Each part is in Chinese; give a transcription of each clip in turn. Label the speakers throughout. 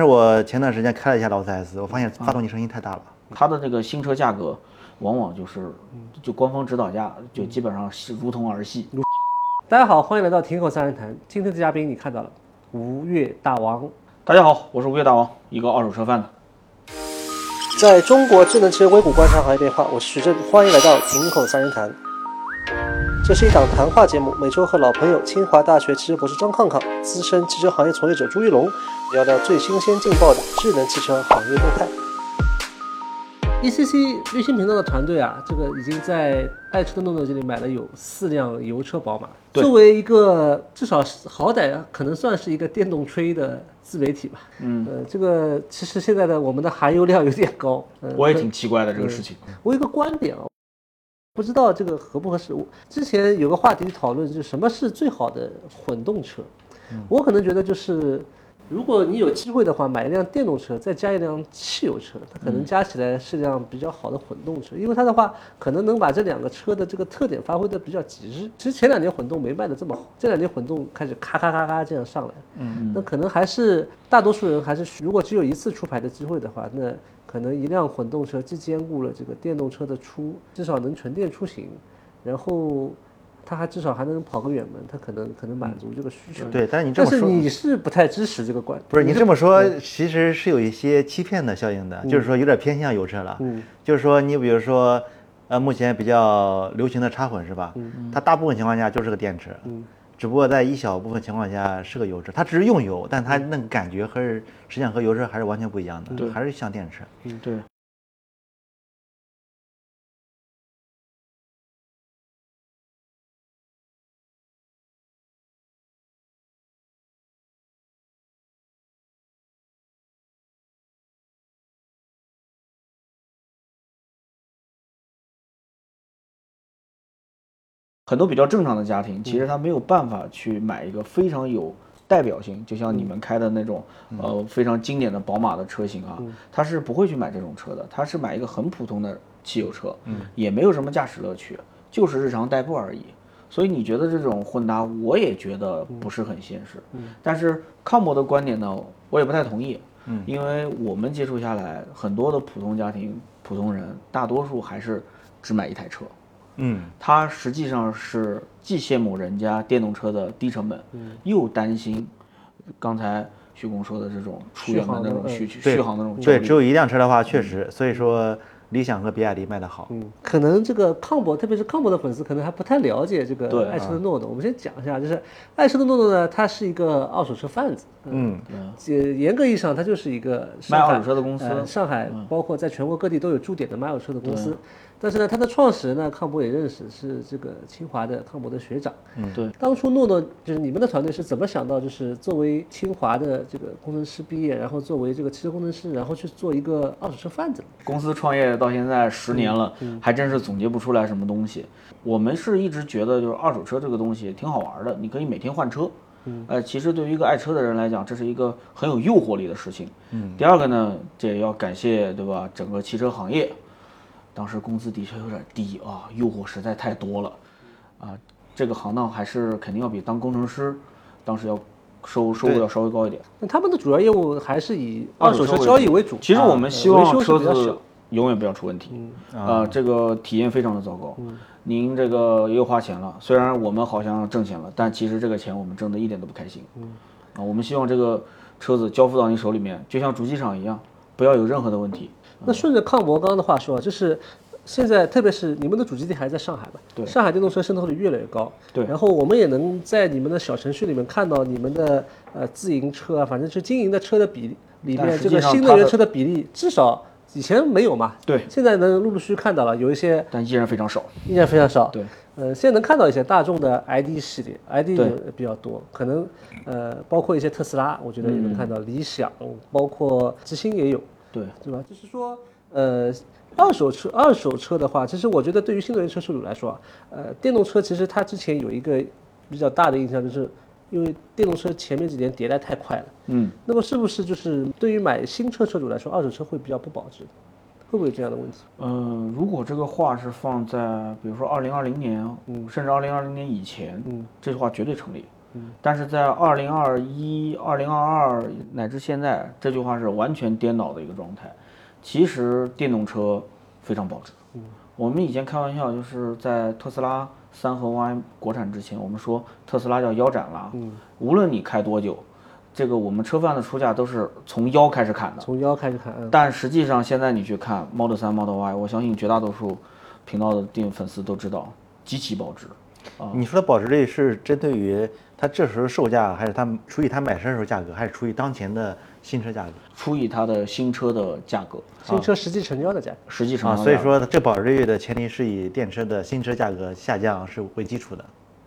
Speaker 1: 但是我前段时间开了一下劳斯莱斯，我发现发动机声音太大了。
Speaker 2: 它的这个新车价格，往往就是就官方指导价，就基本上是如同儿戏。
Speaker 3: 大家好，欢迎来到亭口三人谈。今天的嘉宾你看到了，吴越大王。
Speaker 2: 大家好，我是吴越大王，一个二手车贩子。
Speaker 3: 在中国智能汽车硅谷观察行业变化，我是徐震，欢迎来到亭口三人谈。这是一档谈话节目，每周和老朋友清华大学汽车博士张康康、资深汽车行业从业者朱一龙聊聊最新鲜劲爆的智能汽车行业动态。ECC E 绿星频道的团队啊，这个已经在爱车的诺诺这里买了有四辆油车宝马。
Speaker 2: 对
Speaker 3: 作为一个至少是好歹啊可能算是一个电动吹的自媒体吧，嗯，呃，这个其实现在的我们的含油量有点高。呃、
Speaker 2: 我也
Speaker 3: 可
Speaker 2: 挺奇怪的这个事情。
Speaker 3: 我有一个观点啊，不知道这个合不合适。我之前有个话题讨论，就是什么是最好的混动车。我可能觉得就是，如果你有机会的话，买一辆电动车，再加一辆汽油车，它可能加起来是辆比较好的混动车，因为它的话可能能把这两个车的这个特点发挥的比较极致。其实前两年混动没卖的这么好，这两年混动开始咔咔咔咔这样上来，嗯，那可能还是大多数人还是如果只有一次出牌的机会的话，那可能一辆混动车既兼顾了这个电动车的出，至少能纯电出行，然后它还至少还能跑个远门，它可能可能满足这个需求。
Speaker 1: 对，但是你这
Speaker 3: 但
Speaker 1: 么
Speaker 3: 是
Speaker 1: 说，
Speaker 3: 你是不太支持这个观，
Speaker 1: 不是你这么说，嗯其实是有一些欺骗的效应的，就是说有点偏向油车了。
Speaker 3: 嗯，
Speaker 1: 就是说你比如说，呃，目前比较流行的插混是吧？它大部分情况下就是个电池，只不过在一小部分情况下是个油车，它只是用油，但它那个感觉和实际上和油车还是完全不一样的，还是像电池。
Speaker 2: 嗯，对。很多比较正常的家庭，其实他没有办法去买一个非常有代表性，就像你们开的那种呃非常经典的宝马的车型啊，他是不会去买这种车的，他是买一个很普通的汽油车，也没有什么驾驶乐趣，就是日常代步而已。所以你觉得这种混搭，我也觉得不是很现实。但是康博的观点呢，我也不太同意。嗯，因为我们接触下来，很多的普通家庭、普通人，大多数还是只买一台车。
Speaker 1: 嗯，
Speaker 2: 他实际上是既羡慕人家电动车的低成本，又担心刚才徐工说的这种出远门的那嗯种续
Speaker 1: 对
Speaker 2: 续航的那种焦
Speaker 1: 对，
Speaker 2: 虑
Speaker 1: 只有一辆车的话，确实，所以说理想和比亚迪卖得好。
Speaker 3: 可能这个康博，特别是康博的粉丝，可能还不太了解这
Speaker 2: 对啊
Speaker 3: 个爱车的诺诺。我们先讲一下，就是爱车的诺诺呢，它是一个二手车贩子，
Speaker 1: 嗯，
Speaker 3: 呃，严格意义上它就是一个
Speaker 2: 卖
Speaker 3: 上海
Speaker 2: 二手车的公司，嗯
Speaker 3: 呃上海包括在全国各地都有驻点的卖二手车的公司。但是呢，它的创始人呢，康博也认识，是这个清华的康博的学长。
Speaker 2: 嗯，对，
Speaker 3: 当初诺诺就是你们的团队是怎么想到，就是作为清华的这个工程师毕业，然后作为这个汽车工程师，然后去做一个二手车贩子？
Speaker 2: 公司创业到现在十年了，还真是总结不出来什么东西。我们是一直觉得就是二手车这个东西挺好玩的，你可以每天换车。嗯，呃，其实对于一个爱车的人来讲，这是一个很有诱惑力的事情。嗯，第二个呢，这也要感谢对吧，整个汽车行业，当时工资的确有点低啊，诱惑实在太多了，啊，这个行当还是肯定要比当工程师，当时要收收入要稍微高一点。
Speaker 3: 那他们的主要业务还是以
Speaker 2: 二
Speaker 3: 二
Speaker 2: 手车
Speaker 3: 手车
Speaker 2: 为
Speaker 3: 交易
Speaker 2: 主
Speaker 3: 为主。
Speaker 2: 其实我们
Speaker 3: 啊
Speaker 2: 希望
Speaker 3: 维修
Speaker 2: 车
Speaker 3: 是比较
Speaker 2: 子
Speaker 3: 小。嗯
Speaker 2: 永远不要出问题，啊，这个体验非常的糟糕。您这个又花钱了，虽然我们好像挣钱了，但其实这个钱我们挣的一点都不开心。
Speaker 3: 嗯
Speaker 2: 啊，我们希望这个车子交付到您手里面，就像主机厂一样，不要有任何的问题。
Speaker 3: 那顺着抗摩刚的话说啊，就是现在特别是你们的主基地还在上海吧？
Speaker 2: 对
Speaker 3: 上海电动车渗透率越来越高。
Speaker 2: 对
Speaker 3: 然后我们也能在你们的小程序里面看到你们的呃自营车啊，反正是经营的车的比例里
Speaker 2: 但
Speaker 3: 面
Speaker 2: 实
Speaker 3: 这
Speaker 2: 际
Speaker 3: 个
Speaker 2: 上
Speaker 3: 新
Speaker 2: 它
Speaker 3: 能源
Speaker 2: 的
Speaker 3: 车的比例至少以前没有嘛？
Speaker 2: 对，
Speaker 3: 现在能陆陆续续看到了，有一些
Speaker 2: 但依然非常少。
Speaker 3: 依然非常少。
Speaker 2: 对，
Speaker 3: 呃，现在能看到一些大众的 ID 系列，ID
Speaker 2: 对
Speaker 3: 有比较多，可能呃，包括一些特斯拉，我觉得也能看
Speaker 2: 嗯
Speaker 3: 到，理想，包括知星也有，
Speaker 2: 对，
Speaker 3: 对吧？就是说，呃，二手车，二手车的话，其实我觉得对于新能源车车主来说啊，呃，电动车其实它之前有一个比较大的印象，就是因为电动车前面几年迭代太快了，
Speaker 2: 嗯，
Speaker 3: 那么是不是就是对于买新车车主来说，二手车会比较不保值？会不会有这样的问题？
Speaker 2: 呃，如果这个话是嗯放在比如说二零二零年，甚至二零二零年以前，这句话绝对成立。但是在二零二一、二零二二乃至现在，这句话是完全颠倒的一个状态。其实电动车非常保值。我们以前开玩笑，就是在特斯拉三和 Y 国产之前，我们说特斯拉叫腰斩了。无论你开多久，这个我们车贩的出价都是从腰开始砍的。
Speaker 3: 从腰开始砍，嗯
Speaker 2: 但实际上，现在你去看 Model 3、Model Y，我相信绝大多数频道的电影粉丝都知道，极其保值。
Speaker 3: 啊
Speaker 1: 你说的保值率是针对于它这时候售价，还是它除以它买车的时候价格，还是除以当前的新车价格？
Speaker 2: 除以它的新车的价格，
Speaker 3: 新车实际成交的价格。
Speaker 2: 实际成
Speaker 1: 啊，
Speaker 2: 交
Speaker 1: 所以
Speaker 2: 价
Speaker 1: 说这保值率的前提是以电车的新车价格下降是为基础的。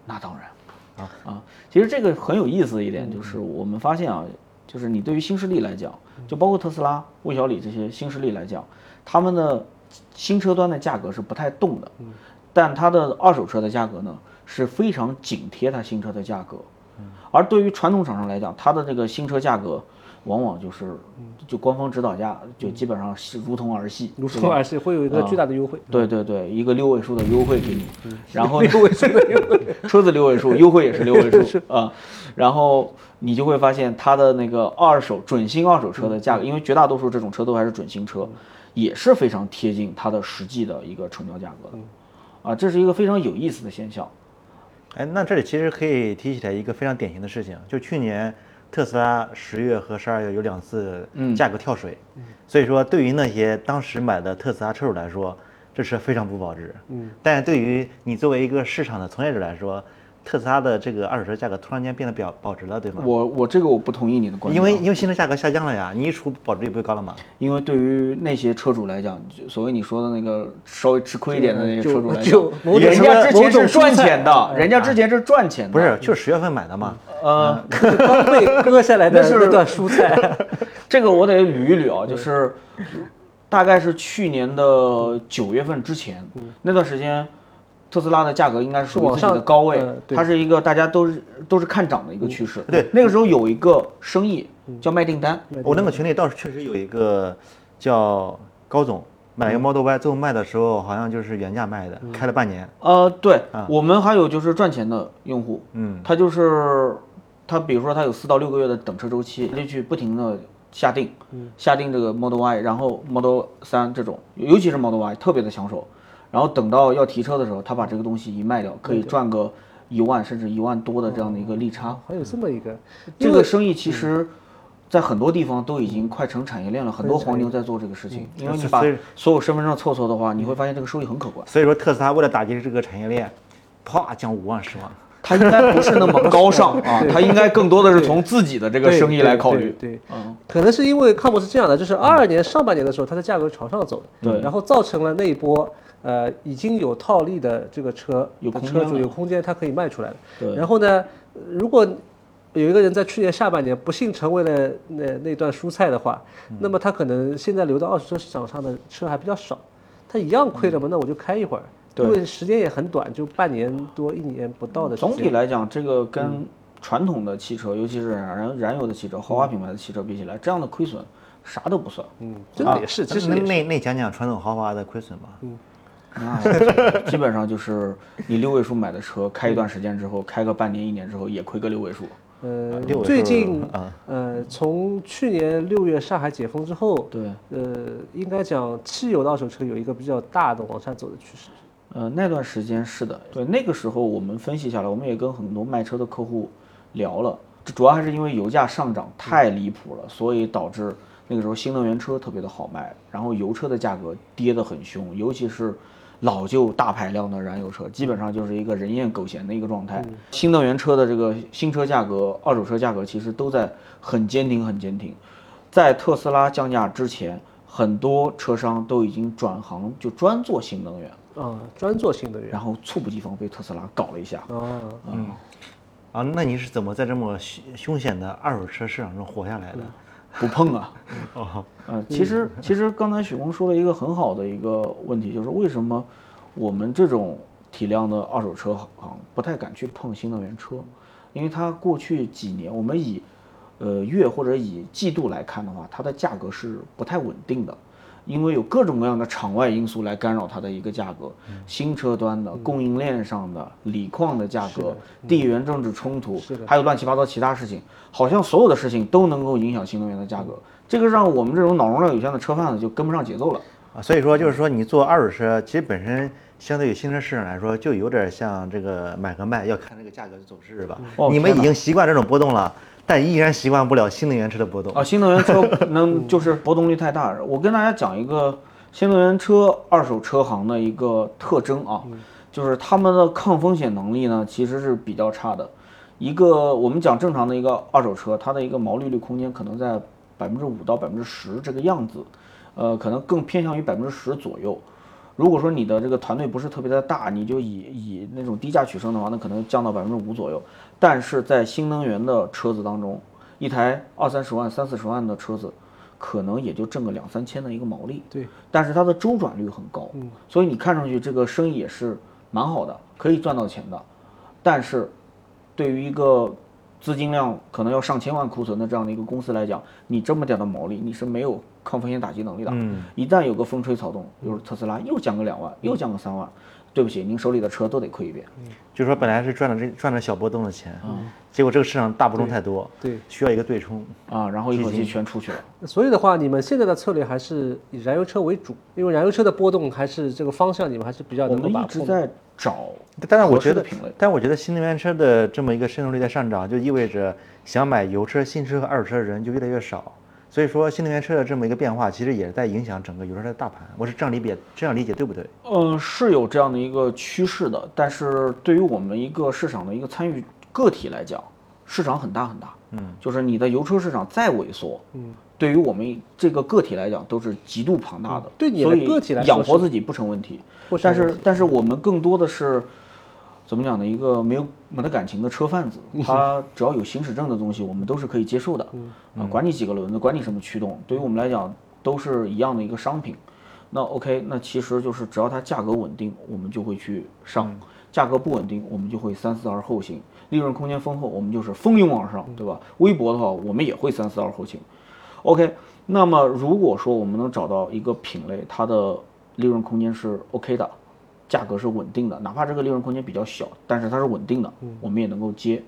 Speaker 2: 那当然啊啊，其实这个很有意思一点，就是我们发现啊，就是你对于新势力来讲，就包括特斯拉、魏小李这些新势力来讲，他们的新车端的价格是不太动的，但它的二手车的价格呢是非常紧贴它新车的价格，而对于传统厂商来讲，它的这个新车价格。往往就是，就官方指导价，就基本上是嗯啊如同儿戏，
Speaker 3: 如出而是会有一个巨大的优惠，
Speaker 2: 对对对，一个六位数的优惠给你，然后
Speaker 3: 嗯六位数的优惠，
Speaker 2: 车子六位数，优惠也是六位 数啊、然后你就会发现它的那个二手准新二手车的
Speaker 3: 嗯
Speaker 2: 价格，因为绝大多数这种车都还是准新车，也是非常贴近它的实际的一个成交价格
Speaker 3: 嗯
Speaker 2: 的，啊，这是一个非常有意思的现象。
Speaker 1: 哎，那这里其实可以提起来一个非常典型的事情，就去年特斯拉十月和十二月有两次价格跳水，所以说对于那些当时买的特斯拉车主来说，这车非常不保值。嗯，但是对于你作为一个市场的从业者来说，特斯拉的这个二手车价格突然间变得比较保值了，对吗？
Speaker 3: 嗯
Speaker 2: 我我这个我不同意你的观点啊，
Speaker 1: 因为因为新车价格下降了呀，你一出保值率不就高了吗？
Speaker 2: 因为对于那些车主来讲，就所谓你说的那个稍微吃亏一点的那些车主来
Speaker 3: 嗯就
Speaker 2: 讲
Speaker 3: 就某，种
Speaker 2: 人家之
Speaker 3: 某
Speaker 2: 前
Speaker 3: 种
Speaker 2: 是赚
Speaker 3: 蔬菜
Speaker 2: 钱的，人家之前是赚钱的，
Speaker 1: 不是，就是十月份买的嘛。
Speaker 2: 呃。
Speaker 3: 刚被 割下来的
Speaker 2: 那是
Speaker 3: 那段蔬 菜，
Speaker 2: 这个我得捋一捋啊，就是大概是去年的九月份之前那段时间，特斯拉的价格应该是属于自己
Speaker 3: 嗯往
Speaker 2: 的
Speaker 3: 上
Speaker 2: 高位
Speaker 3: 呃，对嗯
Speaker 2: 它是一个大家都是都是看涨的一个趋势。
Speaker 1: 对，
Speaker 2: 那个时候有一个生意叫卖订单，
Speaker 1: 哦我那个群里倒是确实有一个叫高总买了个
Speaker 3: 嗯
Speaker 1: Model Y，最后卖的时候好像就是原价卖的，开了半年。
Speaker 2: 呃，对，我们还有就是赚钱的用户，
Speaker 1: 啊嗯，
Speaker 2: 他就是他，比如说他有四到六个月的等车周期，他就去不停的下定，下定这个 Model Y，然后 Model 三这种，尤其是 Model Y 特别的抢手，然后等到要提车的时候，他把这个东西一卖掉，可以赚个一万甚至一万多的这样的一个利差，
Speaker 3: 还有这么一个，
Speaker 2: 这个生意其实。在很多地方都已经快成产业链了，嗯很多黄牛在做这个事情。因为你把
Speaker 1: 所以
Speaker 2: 所有身份证凑凑的话，你会发现这个收益很可观。
Speaker 1: 所以说特斯拉为了打击这个产业链，啪降五万十万。
Speaker 2: 他应该不是 那么高尚啊，他应该更多的是从自己的这个生意来考虑。
Speaker 3: 对，对对
Speaker 2: 嗯
Speaker 3: 可能是因为康博是这样的，就是二二年上半年的时候，它的价格朝上走的，
Speaker 2: 对
Speaker 3: 然后造成了那一波呃已经有套利的这个车
Speaker 2: 有空间
Speaker 3: 车主
Speaker 2: 了
Speaker 3: 有空间，它可以卖出来了。
Speaker 2: 对
Speaker 3: 然后呢，如果有一个人在去年下半年不幸成为了那那段蔬菜的话，
Speaker 2: 嗯
Speaker 3: 那么他可能现在留到二手车市场上的车还比较少，他一样亏了嘛，那我就开一会儿，
Speaker 2: 嗯对
Speaker 3: 因为时间也很短，就半年多一年不到的时
Speaker 2: 总
Speaker 3: 间。
Speaker 2: 体来讲，这个跟传统的汽车，尤其是燃燃油的汽车、豪华品牌的汽车比起来，这样的亏损啥都不算，
Speaker 3: 嗯， 真的也
Speaker 2: 啊
Speaker 3: 是，其实
Speaker 1: 啊那
Speaker 3: 也是嗯
Speaker 1: 那那讲讲传统豪华的亏损吧。
Speaker 2: 那就是基本上就是你六位数买的车，开一段时间之后，开个半年、一年之后也亏个六位数。
Speaker 3: 呃
Speaker 1: 六，位
Speaker 3: 最
Speaker 1: 数
Speaker 3: 近
Speaker 1: 啊
Speaker 3: 呃，从去年六月上海解封之后，
Speaker 2: 对，
Speaker 3: 呃，应该讲汽油的二手车有一个比较大的往下走的趋势。
Speaker 2: 呃，那段时间是的，对，那个时候我们分析下来，我们也跟很多卖车的客户聊了，这主要还是因为油价上涨太离谱了，所以导致那个时候新能源车特别的好卖，然后油车的价格跌得很凶，尤其是老旧大排量的燃油车，基本上就是一个人厌狗嫌的一个状态。新能源车的这个新车价格、二手车价格其实都在很坚挺、很坚挺。在特斯拉降价之前，很多车商都已经转行就专做新能源了。
Speaker 3: 啊、专做新能源
Speaker 2: 然。后猝不及防被特斯拉搞了一下。
Speaker 3: 啊，
Speaker 1: 啊，那你是怎么在这么凶凶险的二手车市场中活下来的？
Speaker 3: 嗯
Speaker 2: 不碰啊。哦，嗯，其实其实刚才许工说了一个很好的一个问题，就是为什么我们这种体量的二手车行不太敢去碰新能源车，因为它过去几年我们以呃月或者以季度来看的话，它的价格是不太稳定的。因为有各种各样的场外因素来干扰它的一个价格，新车端的、供应链上的、锂矿的价格、地缘政治冲突，还有乱七八糟其他事情，好像所有的事情都能够影响新能源的价格，这个让我们这种脑容量有限的车贩子就跟不上节奏了。
Speaker 1: 啊，所以说就是说，你做二手车，其实本身相对于新车市场来说，就有点像这个买和卖，要看这个价格的走势
Speaker 3: 嗯
Speaker 1: 吧。
Speaker 2: 哦
Speaker 1: 你们
Speaker 2: 天
Speaker 1: 已
Speaker 2: 哪
Speaker 1: 经习惯这种波动了，但依然习惯不了新能源车的波动。
Speaker 2: 啊，新能源车能就是波动率太大。我跟大家讲一个新能源车二手车行的一个特征啊，就是他们的抗风险能力呢其实是比较差的。一个我们讲正常的一个二手车，它的一个毛利率空间可能在百分之五到百分之十这个样子，呃，可能更偏向于百分之十左右。如果说你的这个团队不是特别的大，你就以以那种低价取胜的话，那可能降到百分之五左右。但是在新能源的车子当中，一台二三十万、三四十万的车子，可能也就挣个两三千的一个毛利。
Speaker 3: 对，
Speaker 2: 但是它的周转率很高，所以你看上去这个生意也是蛮好的，可以赚到钱的。但是，对于一个资金量可能要上千万库存的这样的一个公司来讲，你这么点的毛利，你是没有抗风险打击能力的。
Speaker 1: 嗯，
Speaker 2: 一旦有个风吹草动，比如特斯拉又降个两万，又降个三万，对不起，您手里的车都得亏一遍。
Speaker 1: 就是说本来是赚了这赚了小波动的钱，
Speaker 2: 嗯
Speaker 1: 结果这个市场大波动太多，
Speaker 3: 对，
Speaker 1: 需要一个对冲。
Speaker 2: 啊，然后一口气全出去了。
Speaker 3: 所以的话，你们现在的策略还是以燃油车为主，因为燃油车的波动还是这个方向，你们还是比较
Speaker 2: 我
Speaker 3: 能够
Speaker 2: 们
Speaker 3: 把
Speaker 2: 一
Speaker 3: 控
Speaker 2: 直
Speaker 3: 的。
Speaker 2: 在找，
Speaker 1: 但是我
Speaker 2: 合适
Speaker 1: 觉
Speaker 2: 的
Speaker 1: 得
Speaker 2: 品类，
Speaker 1: 但我觉得新能源车的这么一个渗透率在上涨，就意味着想买油车、新车和二手车的人就越来越少。所以说，新能源车的这么一个变化，其实也在影响整个油车的大盘。我是这样理解，这样理解对不对？
Speaker 2: 呃，是有这样的一个趋势的，但是对于我们一个市场的一个参与个体来讲，市场很大很大，嗯，就是你的油车市场再萎缩，嗯，对于我们这个个体来讲都是极度庞大的，
Speaker 3: 嗯对你的
Speaker 2: 所以
Speaker 3: 个体来说
Speaker 2: 养活
Speaker 3: 是
Speaker 2: 自己不成问题
Speaker 3: 不，成
Speaker 2: 但
Speaker 3: 问
Speaker 2: 是但是我们更多的是。怎么讲呢？一个没有没得感情的车贩子，他只要有行驶证的东西，我们都是可以接受的。啊，管你几个轮子，管你什么驱动，对于我们来讲都是一样的一个商品。那 OK，那其实就是只要它价格稳定，我们就会去上；价格不稳定，我们就会三思而后行。利润空间丰厚，我们就是蜂拥而上，对吧？微博的话，我们也会三思而后行。OK，那么如果说我们能找到一个品类，它的利润空间是 OK 的，价格是稳定的，哪怕这个利润空间比较小，但是它是稳定的，我们也能够接。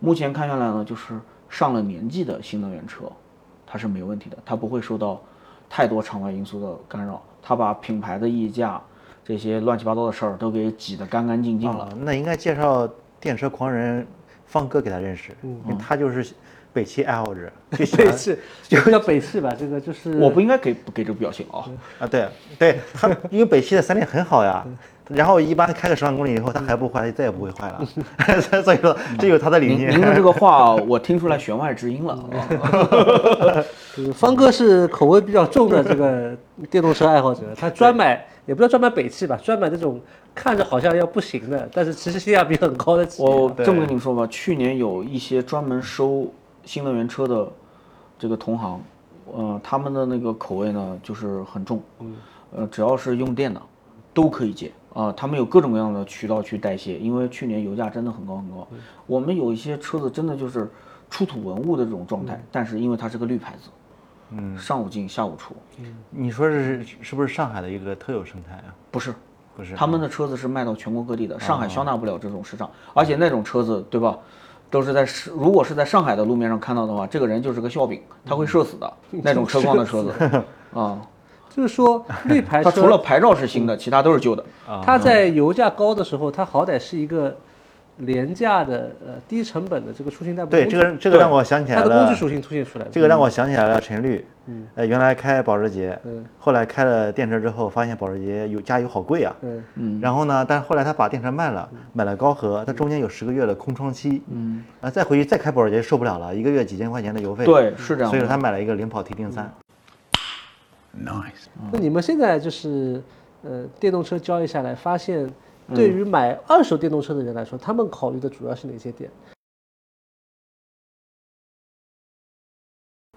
Speaker 2: 目前看下来呢，就是上了年纪的新能源车，它是没问题的，它不会受到太多场外因素的干扰，它把品牌的溢价这些乱七八糟的事儿都给挤得干干净净了。
Speaker 1: 啊，那应该介绍电车狂人方哥给他认识，
Speaker 2: 嗯
Speaker 1: 因为他就是北汽爱好者，就喜
Speaker 3: 北
Speaker 1: 欢
Speaker 3: 汽就叫北汽吧，这个就是
Speaker 2: 我不应该给给这个表情啊，
Speaker 1: 啊，对对，他因为北汽的三菱很好呀，然后一般开个十万公里以后，它还不坏，它再也不会坏了， 所以说这有他的理
Speaker 2: 您
Speaker 1: 念。
Speaker 2: 您的这个话我听出来弦外之音了啊。
Speaker 3: 就是方哥是口味比较重的这个电动车爱好者，他专买也不叫专买北汽吧，专买这种看着好像要不行的，但是其实性价比很高的企业。
Speaker 2: 我
Speaker 1: 对
Speaker 2: 这么跟你们说吧，去年有一些专门收新能源车的这个同行，呃，他们的那个口味呢就是很重，呃，只要是用电的都可以接啊、他们有各种各样的渠道去代谢，因为去年油价真的很高很高。我们有一些车子真的就是出土文物的这种状态，但是因为它是个绿牌子，嗯，上午进下午出，
Speaker 1: 你说这是是不是上海的一个特有生态啊？
Speaker 2: 不是
Speaker 1: 不是，哦
Speaker 2: 他们的车子是卖到全国各地的，上海消纳不了这种市场，而且那种车子，对吧？都是在市，如果是在上海的路面上看到的话，这个人就是个笑柄，他会社死的、
Speaker 1: 嗯
Speaker 2: 那种车况的 车子，啊，
Speaker 3: 就是说绿牌
Speaker 2: 他
Speaker 3: 车，
Speaker 2: 除了牌照是新
Speaker 1: 嗯
Speaker 2: 的，其他都是旧的。
Speaker 1: 啊
Speaker 3: 它在油价高的时候，它好歹是一个廉价的呃低成本的这个出行代步工
Speaker 1: 对，
Speaker 3: 具。
Speaker 1: 这个这个让我想起来
Speaker 3: 它的工具
Speaker 1: 了，
Speaker 3: 属性凸显出来了。
Speaker 1: 这个让我想起来了陈律，呃，原来开保时捷，后来开了电车之后，发现保时捷油加油好贵啊，
Speaker 3: 嗯，
Speaker 1: 然后呢，但是后来他把电车卖了，买了高和，他中间有十个月的空窗期，嗯，啊，再回去再开保时捷受不了了，一个月几千块钱的油费，，
Speaker 2: 对，是这样
Speaker 1: 所以说。
Speaker 2: 的
Speaker 1: 他买了一个领跑 T 零三，
Speaker 3: 那你们现在就是呃电动车交易下来，发现
Speaker 1: 嗯
Speaker 3: 对于买二手电动车的人来说，他们考虑的主要是哪些点？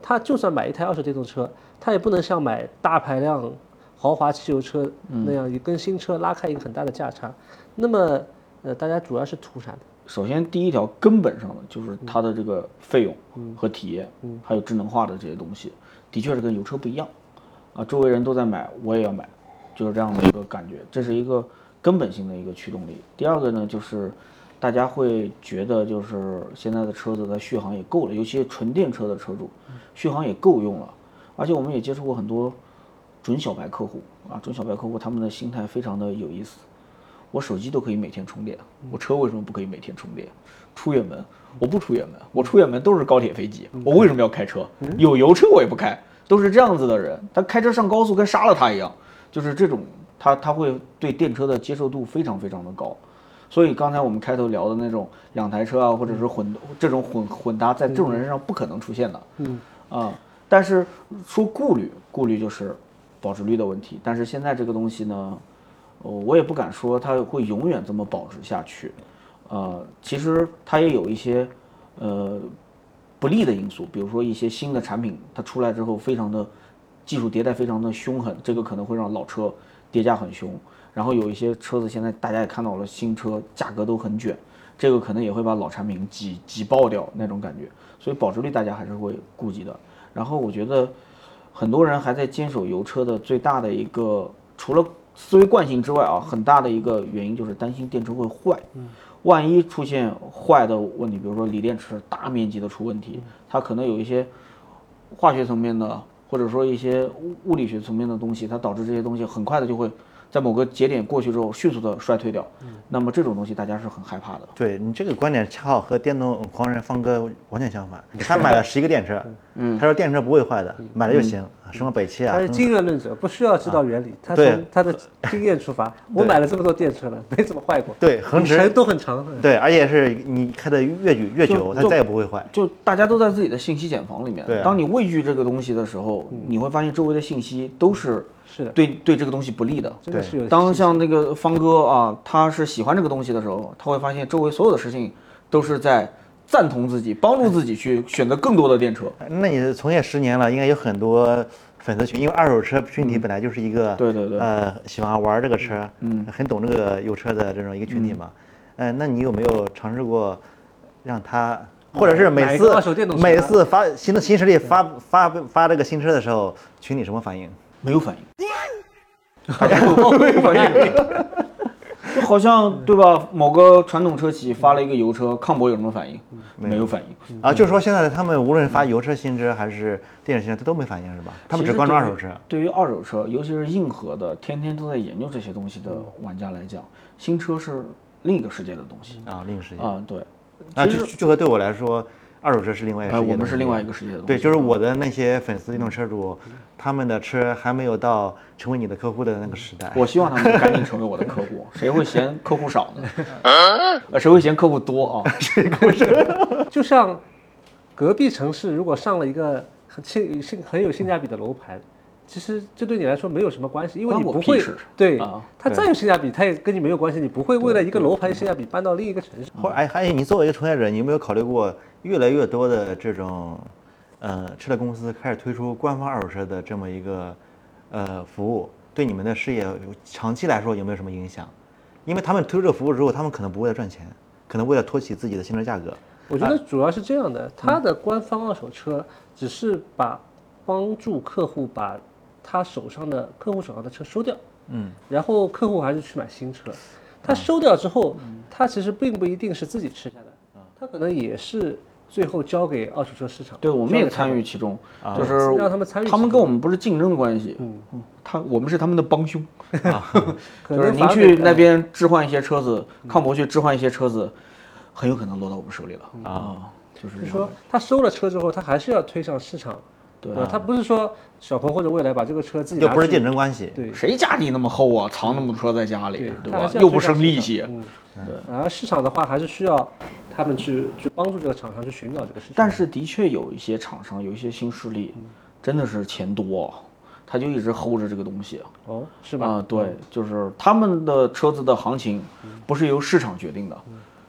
Speaker 3: 他就算买一台二手电动车，他也不能像买大排量豪华汽油车
Speaker 1: 嗯
Speaker 3: 那样，跟新车拉开一个很大的价差。那么，呃，大家主要是图啥呢？
Speaker 2: 首先第一条根本上的就是它的这个费用和体验，还有智能化的这些东西，的确是跟油车不一样。啊，周围人都在买，我也要买，就是这样的一个感觉。这是一个根本性的一个驱动力。第二个呢，就是大家会觉得，就是现在的车子的续航也够了，尤其是纯电车的车主，续航也够用了。而且我们也接触过很多准小白客户啊，准小白客户他们的心态非常的有意思。我手机都可以每天充电，我车为什么不可以每天充电？出远门，我不出远门，我出远门都是高铁、飞机，我为什么要开车？有油车我也不开，都是这样子的人。他开车上高速跟杀了他一样，就是这种，他他会对电车的接受度非常非常的高。所以刚才我们开头聊的那种两台车啊，或者是混这种混混搭，在这种人身上不可能出现的。嗯啊，但是说顾虑，顾虑就是保值率的问题。但是现在这个东西呢，呃，我也不敢说它会永远这么保值下去，呃，其实它也有一些呃不利的因素，比如说一些新的产品它出来之后非常的技术迭代非常的凶狠，这个可能会让老车跌价很凶，然后有一些车子现在大家也看到了新车价格都很卷，这个可能也会把老产品挤挤爆掉那种感觉，所以保值率大家还是会顾及的。然后我觉得很多人还在坚守油车的最大的一个除了思维惯性之外啊，很大的一个原因就是担心电池会坏。万一出现坏的问题，比如说锂电池大面积的出问题，它可能有一些化学层面的，或者说一些物物理学层面的东西，它导致这些东西很快的就会在某个节点过去之后迅速的衰退掉。那么这种东西大家是很害怕的。
Speaker 1: 对你这个观点恰好和电动狂人方哥完全相反。
Speaker 2: 嗯
Speaker 1: 他买了十一个电池，他说电池不会坏的，买了就行，
Speaker 2: 嗯
Speaker 1: 什么北汽啊
Speaker 3: 他，
Speaker 1: 什
Speaker 3: 是
Speaker 1: 么
Speaker 3: 经验论者，不需要知道原理，他
Speaker 1: 对啊
Speaker 3: 从他的经验出发。我买了这么多电车了，没怎么坏过，
Speaker 1: 对恒
Speaker 3: 里
Speaker 1: 驰
Speaker 3: 程都很长。嗯
Speaker 1: 对，而且是你开的越久越久，
Speaker 2: 就
Speaker 1: 它
Speaker 2: 就
Speaker 1: 再也不会坏。
Speaker 2: 就大家都在自己的信息茧房里面。
Speaker 1: 对啊
Speaker 2: 当你畏惧这个东西的时候，你会发现周围的信息都是
Speaker 3: 是的
Speaker 2: 对对这个东西不利的。
Speaker 3: 真的是有
Speaker 2: 当像那个方哥啊，他是喜欢这个东西的时候，他会发现周围所有的事情都是在赞同自己，帮助自己去选择更多的电车。
Speaker 1: 那你从业十年了，应该有很多粉丝群，因为二手车群体本来就是一个、
Speaker 2: 对对对
Speaker 1: 呃喜欢玩这个车，嗯，很懂这个油车的这种一个群体嘛。嗯、呃，那你有没有尝试过让他，或者是
Speaker 3: 买
Speaker 1: 每
Speaker 3: 一个
Speaker 1: 次
Speaker 3: 二手电动车
Speaker 1: 每次发新的新势力发发发这个新车的时候，群体什么反应？
Speaker 2: 没有反 应，大家都没有反 应。就好像对吧？某个传统车企发了一个油车，康博有什么反应？
Speaker 1: 嗯
Speaker 2: 没有反应。
Speaker 1: 啊，就是说现在他们无论发油车新车还是电车新车，他都没反应是吧？他们只关注二手车。。
Speaker 2: 对于二手车，尤其是硬核的，天天都在研究这些东西的
Speaker 1: 嗯
Speaker 2: 玩家来讲，新车是另一个世界的东西
Speaker 1: 啊，另一个世界
Speaker 2: 啊。对，
Speaker 1: 啊，就就和对我来说，二手车是另外一个
Speaker 2: 哎，
Speaker 1: 世界的
Speaker 2: 我们
Speaker 1: 东
Speaker 2: 是
Speaker 1: 西
Speaker 2: 另外一个世界的东西。
Speaker 1: 对，就是我的那些粉丝、电动车主，他们的车还没有到成为你的客户的那个时代。
Speaker 2: 哎我希望他们赶紧成为我的客户，谁会嫌客户少 呢？
Speaker 3: 啊
Speaker 2: 呃，谁会嫌客户多啊？
Speaker 3: 就像隔壁城市如果上了一个很性性很有性价比的楼盘，其实这对你来说没有什么关系，因为
Speaker 2: 关
Speaker 3: 你
Speaker 2: 我
Speaker 3: 不
Speaker 2: 屁
Speaker 3: 会
Speaker 2: 事
Speaker 3: 对
Speaker 2: 啊
Speaker 3: 它再有性价比，它也跟你没有关系，你不会为了一个楼盘性价比搬到另一个城市。
Speaker 1: 或者哎，还有你作为一个从业者，你有没有考虑过越来越多的这种，呃，车的公司开始推出官方二手车的这么一个呃服务，对你们的事业有长期来说有没有什么影响？因为他们推出这个服务之后，他们可能不为了赚钱，可能为了托起自己的新车价格。
Speaker 3: 我觉得主要是这样的，它的官方二手车只是把帮助客户把他手上的客户手上的车收掉，
Speaker 1: 嗯，
Speaker 3: 然后客户还是去买新车。他收掉之后，他其实并不一定是自己吃下来，他可能也是最后交给二手车市场。
Speaker 2: 对，我们啊
Speaker 3: 交
Speaker 2: 也
Speaker 3: 给他
Speaker 2: 参与其中，就是
Speaker 3: 让他们参与
Speaker 2: 他们跟
Speaker 3: 其中
Speaker 2: 我们不是竞争关系，嗯，他我们是他们的帮凶，
Speaker 3: 可
Speaker 2: 就是
Speaker 3: 能嗯
Speaker 2: 您
Speaker 3: 反而
Speaker 2: 去
Speaker 3: 给
Speaker 2: 那边置换一些车子，
Speaker 3: 嗯
Speaker 2: 康博去置换一些车子，很有可能落到我们手里了啊，就是
Speaker 3: 就是
Speaker 2: 这样
Speaker 3: 说他收了车之后，他还是要推上市场，呃
Speaker 2: 对
Speaker 3: 吧？他不是说小鹏或者蔚来把这个车自己
Speaker 1: 又
Speaker 3: 拿
Speaker 1: 不是
Speaker 3: 去
Speaker 1: 竞争关系，
Speaker 3: 对
Speaker 2: 谁家底那么厚啊，藏那么多车在家里，对
Speaker 3: 他还
Speaker 2: 吧
Speaker 3: 是？要
Speaker 2: 又不
Speaker 3: 推向
Speaker 2: 生利
Speaker 3: 市
Speaker 2: 息
Speaker 3: 场，嗯，对。而市场的话，还是需要他们去去帮助这个厂商去寻找这个市场。
Speaker 2: 但是的确有一些厂商，有一些新势力，真的是钱多，他就一直 hold 着这个东西，
Speaker 3: 哦，是吧？
Speaker 2: 啊，对，就是他们的车子的行情不是由市场决定的，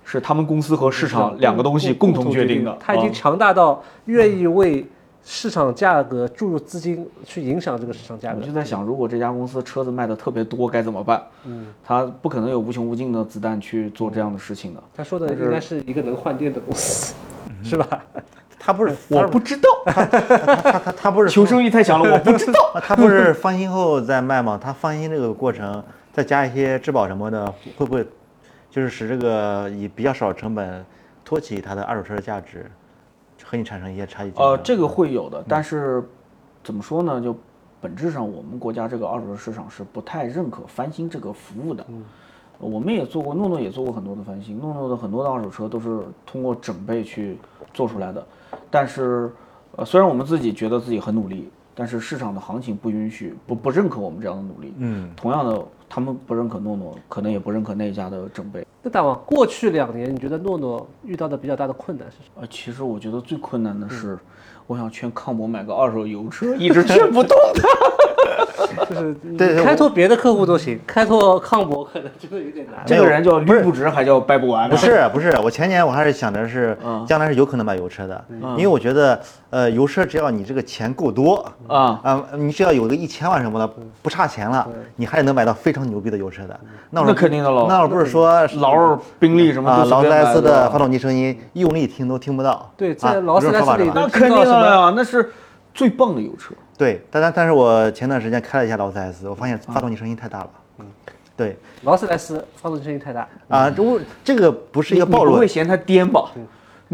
Speaker 2: 是他们公司和市场两个东西共同决定的。
Speaker 3: 它已经
Speaker 2: 啊
Speaker 3: 强大到愿意为市场价格注入资金去影响这个市场价
Speaker 2: 我
Speaker 3: 格。
Speaker 2: 就在想，如果这家公司车子卖的特别多，该怎么办？嗯，他不可能有无穷无尽的子弹去做这样的事情的。嗯
Speaker 3: 他说的应该是一个能换电的公司，是吧？
Speaker 1: 它不是，
Speaker 2: 我不知道，
Speaker 1: 它它它不是
Speaker 2: 求生欲太强了，我不知道。
Speaker 1: 啊它不是翻新后再卖吗？它翻新这个过程，再加一些质保什么的，会不会就是使这个以比较少成本托起它的二手车的价值，和你产生一些差异竞争？
Speaker 2: 呃，这个会有的，但是怎么说呢？就本质上，我们国家这个二手车市场是不太认可翻新这个服务的。呃我们也做过，诺诺也做过很多的翻新，诺诺的很多的二手车都是通过整备去做出来的。但是，呃，虽然我们自己觉得自己很努力，但是市场的行情不允许，不不认可我们这样的努力。
Speaker 1: 嗯，
Speaker 2: 同样的，他们不认可诺诺，可能也不认可那一家的整备。
Speaker 3: 那大王，过去两年你觉得诺诺遇到的比较大的困难是什么？
Speaker 2: 呃，其实我觉得最困难的是，我想劝康博买个二手油车，一直劝不动他。
Speaker 3: 就是你
Speaker 1: 对对
Speaker 3: 开拓别的客户都行，开拓康博可能真的有点难。
Speaker 2: 啊这个人叫捋不直，还叫掰不完呢
Speaker 1: 不。是不是，我前年我还是想着是
Speaker 2: 嗯
Speaker 1: 将来是有可能买油车的，因为我觉得呃油车只要你这个钱够多
Speaker 2: 啊
Speaker 1: 啊、你只要有个一千万什么的，不差钱了，你还能买到非常牛逼的油车的。那
Speaker 2: 嗯那
Speaker 1: 我
Speaker 2: 肯定的喽
Speaker 1: 那我不是说是
Speaker 2: 劳尔、宾利什么
Speaker 1: 啊
Speaker 2: 都随
Speaker 1: 劳斯
Speaker 2: 便
Speaker 1: 莱斯
Speaker 2: 买
Speaker 1: 的
Speaker 2: 的
Speaker 1: 发动机声音用力听都听不到，
Speaker 3: 对
Speaker 1: 啊
Speaker 3: 在
Speaker 1: 有
Speaker 3: 劳斯
Speaker 1: 这种
Speaker 3: 莱
Speaker 1: 说
Speaker 3: 斯
Speaker 1: 法
Speaker 3: 里
Speaker 1: 是吧
Speaker 3: 的
Speaker 2: 那肯定的呀，那是最棒的油车。
Speaker 1: 对，但但但是我前段时间开了一下劳斯莱斯，我发现
Speaker 2: 啊
Speaker 1: 发动机声音太大了，嗯，对
Speaker 3: 劳斯莱斯发动机声音太大，
Speaker 1: 啊，这我这个不是一个
Speaker 2: 你
Speaker 1: 暴
Speaker 2: 不
Speaker 1: 露
Speaker 2: 会，嫌它颠吧？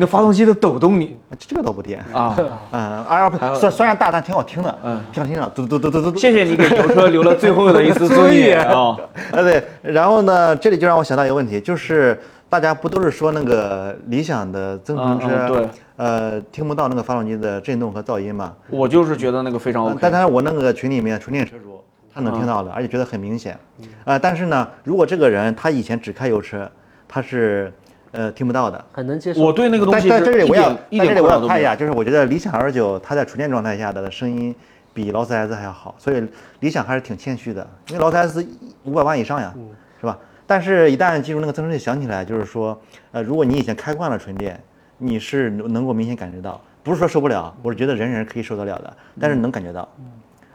Speaker 2: 那发动机都抖动你
Speaker 1: 这个倒不颠。
Speaker 2: 啊！
Speaker 1: 嗯，二
Speaker 2: 还有
Speaker 1: 幺虽虽然大，但挺好听的，嗯，挺好听的，嘟嘟嘟嘟嘟嘟。
Speaker 2: 谢谢你给油车留了最后的一丝 尊严啊！
Speaker 1: 啊，对，然后呢，这里就让我想到一个问题，就是大家不都是说那个理想的增程
Speaker 2: 嗯嗯
Speaker 1: 车，
Speaker 2: 对，
Speaker 1: 呃，听不到那个发动机的震动和噪音嘛？
Speaker 2: 我就是觉得那个非常
Speaker 1: 呃
Speaker 2: OK。
Speaker 1: 但但是我那个群里面纯电车主他能听到的，而且觉得很明显。啊、但是呢，如果这个人他以前只开油车，他是呃听不到的。
Speaker 3: 很能接受。
Speaker 2: 我对那个东
Speaker 1: 但
Speaker 2: 西
Speaker 1: 但这
Speaker 2: 是
Speaker 1: 里
Speaker 2: 一
Speaker 1: 我要
Speaker 2: 点，一
Speaker 1: 但这
Speaker 2: 点
Speaker 1: 里我
Speaker 2: 困
Speaker 1: 要
Speaker 2: 扰都
Speaker 1: 看
Speaker 2: 没
Speaker 1: 一
Speaker 2: 有。
Speaker 1: 下，就是我觉得理想 L 九它在纯电状态下的声音比劳斯莱斯还要好，所以理想还是挺谦虚的，因为劳斯莱斯五百万以上呀，
Speaker 2: 嗯
Speaker 1: 是吧？但是，一旦进入那个增程器，想起来就是说，呃，如果你以前开惯了纯电，你是能够明显感觉到，不是说受不了，我是觉得人人可以受得了的，但是
Speaker 2: 嗯
Speaker 1: 能感觉到。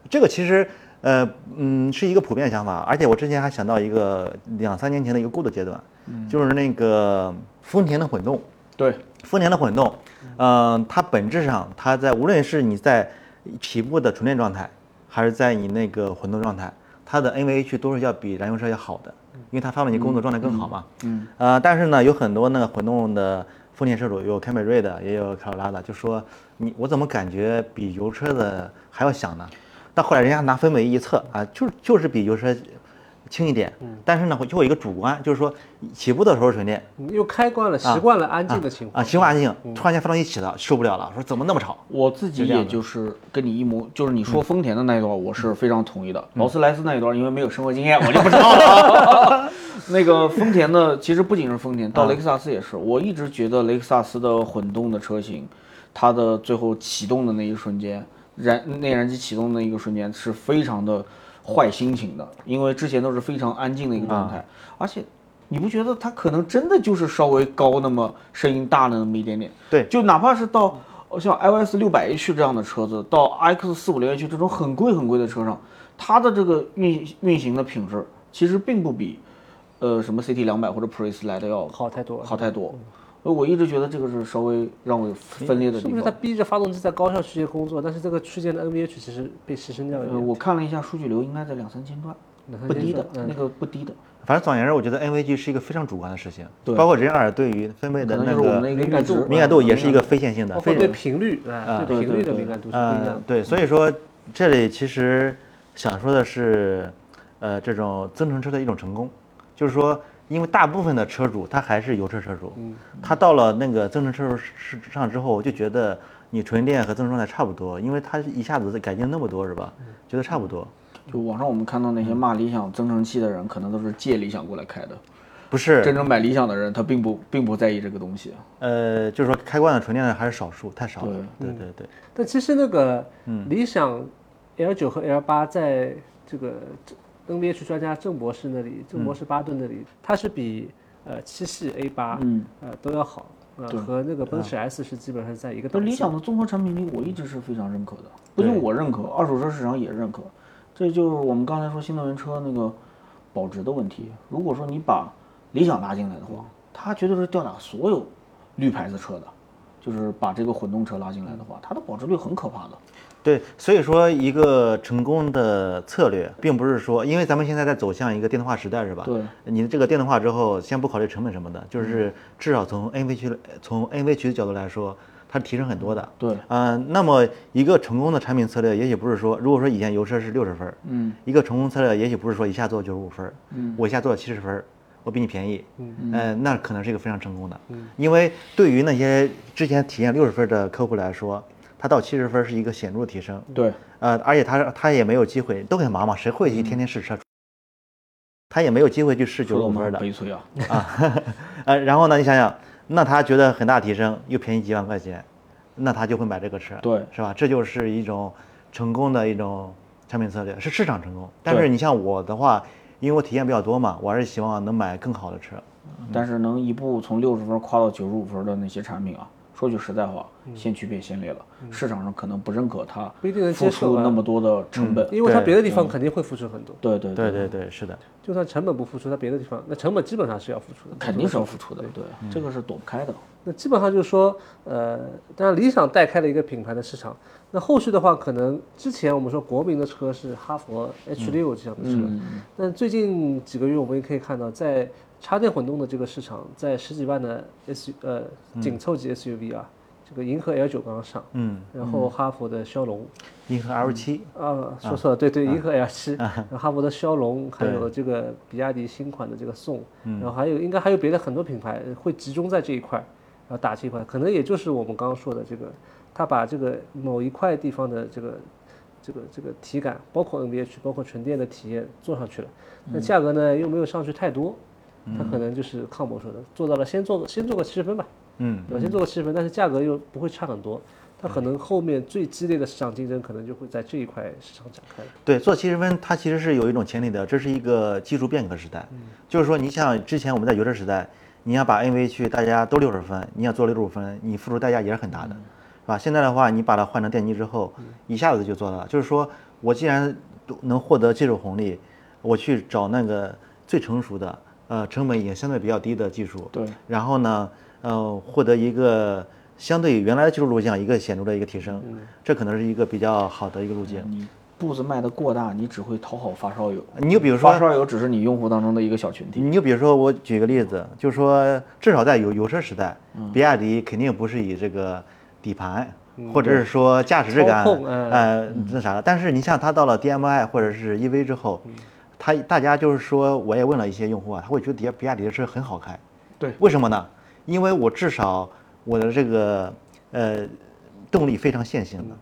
Speaker 1: 这个其实，呃，嗯，是一个普遍想法，而且我之前还想到一个两三年前的一个 good 阶段，
Speaker 2: 嗯
Speaker 1: 就是那个丰田的混动，
Speaker 2: 对，
Speaker 1: 丰田的混动，嗯，它本质上它在无论是你在起步的纯电状态，还是在你那个混动状态，它的 NVH 都是要比燃油车要好的，因为它发动机工作状态更好嘛。嗯。呃，但是呢，有很多那个混动的丰田车主，有凯美瑞的，也有卡罗拉的，就说你我怎么感觉比油车的还要响呢？但后来人家拿分尾一测啊，就是就是比油车轻一点，但是呢，会就有一个主观，就是说起步的时候是纯电，
Speaker 3: 你又开惯了，习惯了安静的情
Speaker 1: 啊，
Speaker 3: 况，嗯
Speaker 1: 情况安静，突然间发动机起了，受不了了，说怎么那么吵？
Speaker 2: 我自己也就是跟你一模，就是你
Speaker 1: 嗯
Speaker 2: 说丰田的那一段，我是非常同意的。劳斯莱斯那一段，因为没有生活经验，我就不知道了。啊 那个丰田的，其实不仅是丰田，到雷克萨斯也是。我一直觉得雷克萨斯的混动的车型，它的最后启动的那一瞬间，燃内燃机启动的那一个瞬间是非常的坏心情的，因为之前都是非常安静的一个状态，而且。你不觉得它可能真的就是稍微高那么声音大了那么一点点？
Speaker 1: 对
Speaker 2: 就哪怕是到呃像 iOS 六百 H 这样的车子，到 X 四五零 H 这种很贵很贵的车上，它的这个运运行的品质其实并不比呃什么 CT 两百或者 Prius 来的要
Speaker 3: 好太多了。
Speaker 2: 好太多。
Speaker 3: 嗯
Speaker 2: 所以我一直觉得这个是稍微让我有分裂的
Speaker 3: 是
Speaker 2: 地
Speaker 3: 不
Speaker 2: 方
Speaker 3: 是。它逼着发动机在高效区间工作？但是这个区间的 NVH 其实被牺牲掉了一
Speaker 2: 呃，
Speaker 3: 点。
Speaker 2: 我看了一下数据流，应该在两三千段，
Speaker 3: 两三
Speaker 2: 不低
Speaker 3: 千
Speaker 2: 的
Speaker 3: 段，嗯
Speaker 2: 那个不低的，
Speaker 1: 反正总而言之，我觉得 NVG 是一个非常主观的事情，
Speaker 2: 对
Speaker 1: 包括人耳对于分贝
Speaker 2: 可
Speaker 1: 的
Speaker 2: 能
Speaker 1: 那
Speaker 2: 就是我们
Speaker 1: 个
Speaker 2: 的一个
Speaker 3: 敏感
Speaker 2: 阈值
Speaker 3: 度
Speaker 1: 敏感度也是一个非线性的，
Speaker 3: 包括
Speaker 1: 非
Speaker 3: 对频率啊，对
Speaker 2: 对
Speaker 3: 频率的
Speaker 2: 对对
Speaker 3: 敏感度是不一样
Speaker 1: 呃
Speaker 3: 的。
Speaker 1: 对，所以说这里其实想说的是，呃，这种增程车的一种成功，就是说，因为大部分的车主他还是油车车主，
Speaker 3: 嗯
Speaker 1: 他到了那个增程车主上之后，就觉得你纯电和增程状态差不多，因为他一下子改进那么多是吧？
Speaker 3: 嗯
Speaker 1: 觉得差不多。
Speaker 2: 就网上我们看到那些骂理想增程器的人，可能都是借理想过来开的。
Speaker 1: 不是，
Speaker 2: 真正买理想的人，他并不并不在意这个东西。
Speaker 1: 呃，就是说开关的纯电的还是少数，太少了。对对对，
Speaker 3: 但其实那个理想 L 九和 L 八在这个郑 NVH 专家郑博士那里，郑博士巴顿那里，它是比呃七系 A 八
Speaker 2: 嗯，
Speaker 3: 呃都要好，呃和那个奔驰 S 是基本上在一个
Speaker 2: 就
Speaker 3: 档
Speaker 2: 理
Speaker 3: 次。
Speaker 2: 想的综合产品力，我一直是非常认可的，不仅我认可，二手车市场也认可。这就是我们刚才说新能源车那个保值的问题。如果说你把理想拉进来的话，它绝对是吊打所有绿牌子车的。就是把这个混动车拉进来的话，它的保值率很可怕的。
Speaker 1: 对，所以说一个成功的策略，并不是说，因为咱们现在在走向一个电动化时代，是吧？
Speaker 2: 对。
Speaker 1: 你这个电动化之后，先不考虑成本什么的，就是至少从 NV 区从 NV 区的角度来说，它提升很多的。
Speaker 2: 对。
Speaker 1: 呃，那么一个成功的产品策略，也许不是说，如果说以前油车是六十分，
Speaker 2: 嗯，
Speaker 1: 一个成功策略，也许不是说一下做九十五分，嗯，我一下做七十分，我比你便宜，嗯，呃，那可能是一个非常成功的，嗯，因为对于那些之前体验六十分的客户来说，他到七十分是一个显著提升，
Speaker 2: 对，
Speaker 1: 呃，而且他他也没有机会，都很忙嘛，谁会去天天试车？他也没有机会去试九十五
Speaker 2: 说得我
Speaker 1: 分
Speaker 2: 们
Speaker 1: 的
Speaker 2: 悲催啊。
Speaker 1: 啊， 呃，然后呢，你想想，那他觉得很大提升，又便宜几万块钱，那他就会买这个车，
Speaker 2: 对
Speaker 1: 是吧？这就是一种成功的一种产品策略，是市场成功。但是
Speaker 2: 对
Speaker 1: 你像我的话，因为我体验比较多嘛，我还是希望能买更好的车。
Speaker 3: 嗯
Speaker 2: 但是能一步从六十分跨到九十五分的那些产品啊，说句实在话，先驱别先烈了，市场上可能不认可它
Speaker 3: 嗯不一定能
Speaker 2: 付
Speaker 3: 接受嗯
Speaker 2: 出
Speaker 3: 啊
Speaker 2: 那么多的成本。
Speaker 3: 因为它
Speaker 1: 对
Speaker 3: 别的地方肯定会付出很多，
Speaker 2: 对对
Speaker 1: 对对对，是的，
Speaker 3: 就算成本不付出，它别的地方那成本基本上是要付出的，
Speaker 2: 肯定是要付出的，对，这个是躲不开的。
Speaker 3: 那基本上就是说，呃，当然理想带开了一个品牌的市场。那后续的话，可能之前我们说国民的车是哈佛
Speaker 1: 嗯
Speaker 3: H 六这样的车，但最近几个月我们也可以看到，在插电混动的这个市场，在十几万的 S 呃紧凑级 SUV 啊，这个银河 L 九刚刚上，
Speaker 1: 嗯，
Speaker 3: 然后哈佛的骁龙，
Speaker 1: 银河 L 七，
Speaker 3: 啊，说错了，对对，银河 L 七，然后哈佛的骁龙，还有这个比亚迪新款的这个宋，然后还有应该还有别的很多品牌会集中在这一块，然后打这一块，可能也就是我们刚刚说的这个，它把这个某一块地方的这个这个这个体感，包括 NVH，包括纯电的体验做上去了，那价格呢又没有上去太多，它可能就是康博说的，做到了先做个先做个七十分吧，
Speaker 1: 嗯，
Speaker 3: 对吧？先做个七十分，但是价格又不会差很多。它可能后面最激烈的市场竞争，可能就会在这一块市场展开。
Speaker 1: 对，做七十分它其实是有一种前提的，这是一个技术变革时代，就是说你像之前我们在油车时代，你要把 NV 去大家都六十分，你要做六十五分，你付出代价也是很大的，是吧？现在的话，你把它换成电机之后，一下子就做到了，就是说我既然都能获得技术红利，我去找那个最成熟的，呃，成本也相对比较低的技术，
Speaker 2: 对，
Speaker 1: 然后呢，呃，获得一个。相对于原来的技术路径，一个显著的一个提升，这可能是一个比较好的一个路径。
Speaker 2: 你步子迈得过大，你只会讨好发烧友。
Speaker 1: 你就比如说
Speaker 2: 发烧友只是你用户当中的一个小群体。
Speaker 1: 你就比如说，我举个例子，就说至少在油油车时代，
Speaker 3: 嗯
Speaker 1: 比亚迪肯定不是以这个底盘、或者是说驾驶质感
Speaker 3: 操控，嗯
Speaker 1: 呃，那啥的。但是你像它到了 DMI 或者是 EV 之
Speaker 3: 嗯
Speaker 1: 后，它大家就是说，我也问了一些用户啊，他会觉得比亚比亚迪的车很好开，
Speaker 2: 对
Speaker 1: 为什么呢？因为我至少我的这个呃动力非常线性了，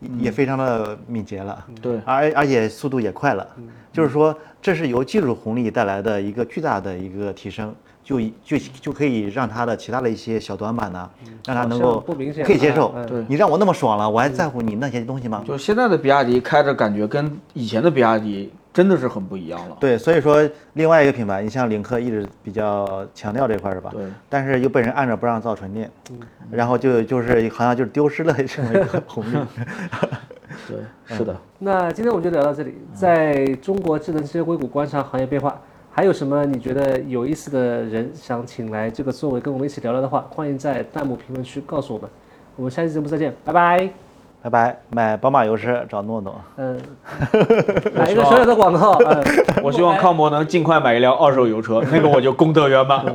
Speaker 1: 也也非常的敏捷了，
Speaker 2: 对
Speaker 1: 而而且速度也快了，就是说这是由技术红利带来的一个巨大的一个提升，就以就就可以让它的其他的一些小短板呢，让它能
Speaker 3: 好
Speaker 1: 够
Speaker 3: 像不明显
Speaker 1: 可以接受
Speaker 3: 啊嗯。
Speaker 2: 对
Speaker 1: 你让我那么爽了，我还在乎你那些东西吗？
Speaker 2: 就现在的比亚迪开着感觉跟以前的比亚迪真的是很不一样了。
Speaker 1: 对，所以说另外一个品牌，你像领克一直比较强调这块儿是吧？
Speaker 2: 对。
Speaker 1: 但是又被人按着不让造纯电，然后就就是好像就是丢失了这么一个红利。
Speaker 2: 对，是的。
Speaker 3: 那今天我们就聊到这里。在中国智能汽车硅谷观察行业变化，还有什么你觉得有意思的人想请来这个座位跟我们一起聊聊的话，欢迎在弹幕评论区告诉我们。我们下期节目再见，拜拜。
Speaker 1: 拜拜，买宝马油车找诺诺。
Speaker 3: 嗯，来一个小小的广告。嗯，
Speaker 2: 我希望康博能尽快买一辆二手油车，那个我就功德圆满了。